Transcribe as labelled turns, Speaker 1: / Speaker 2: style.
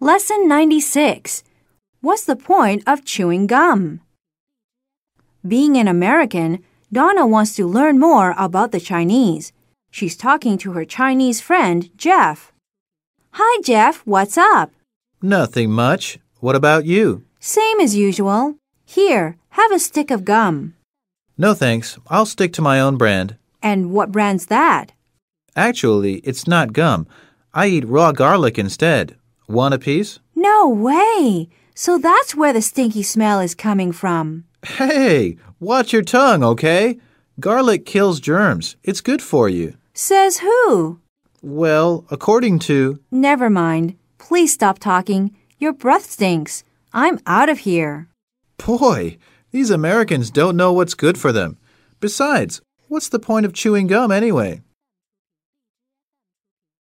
Speaker 1: Lesson 96 What's the point of chewing gum? Being an American, Donna wants to learn more about the Chinese. She's talking to her Chinese friend, Jeff. Hi, Jeff, what's up?
Speaker 2: Nothing much. What about you?
Speaker 1: Same as usual. Here, have a stick of gum.
Speaker 2: No thanks. I'll stick to my own brand.
Speaker 1: And what brand's that?
Speaker 2: Actually, it's not gum. I eat raw garlic instead. One apiece?
Speaker 1: No way! So that's where the stinky smell is coming from.
Speaker 2: Hey, watch your tongue, okay? Garlic kills germs. It's good for you.
Speaker 1: Says who?
Speaker 2: Well, according to.
Speaker 1: Never mind. Please stop talking. Your breath stinks. I'm out of here.
Speaker 2: Boy, these Americans don't know what's good for them. Besides, what's the point of chewing gum anyway?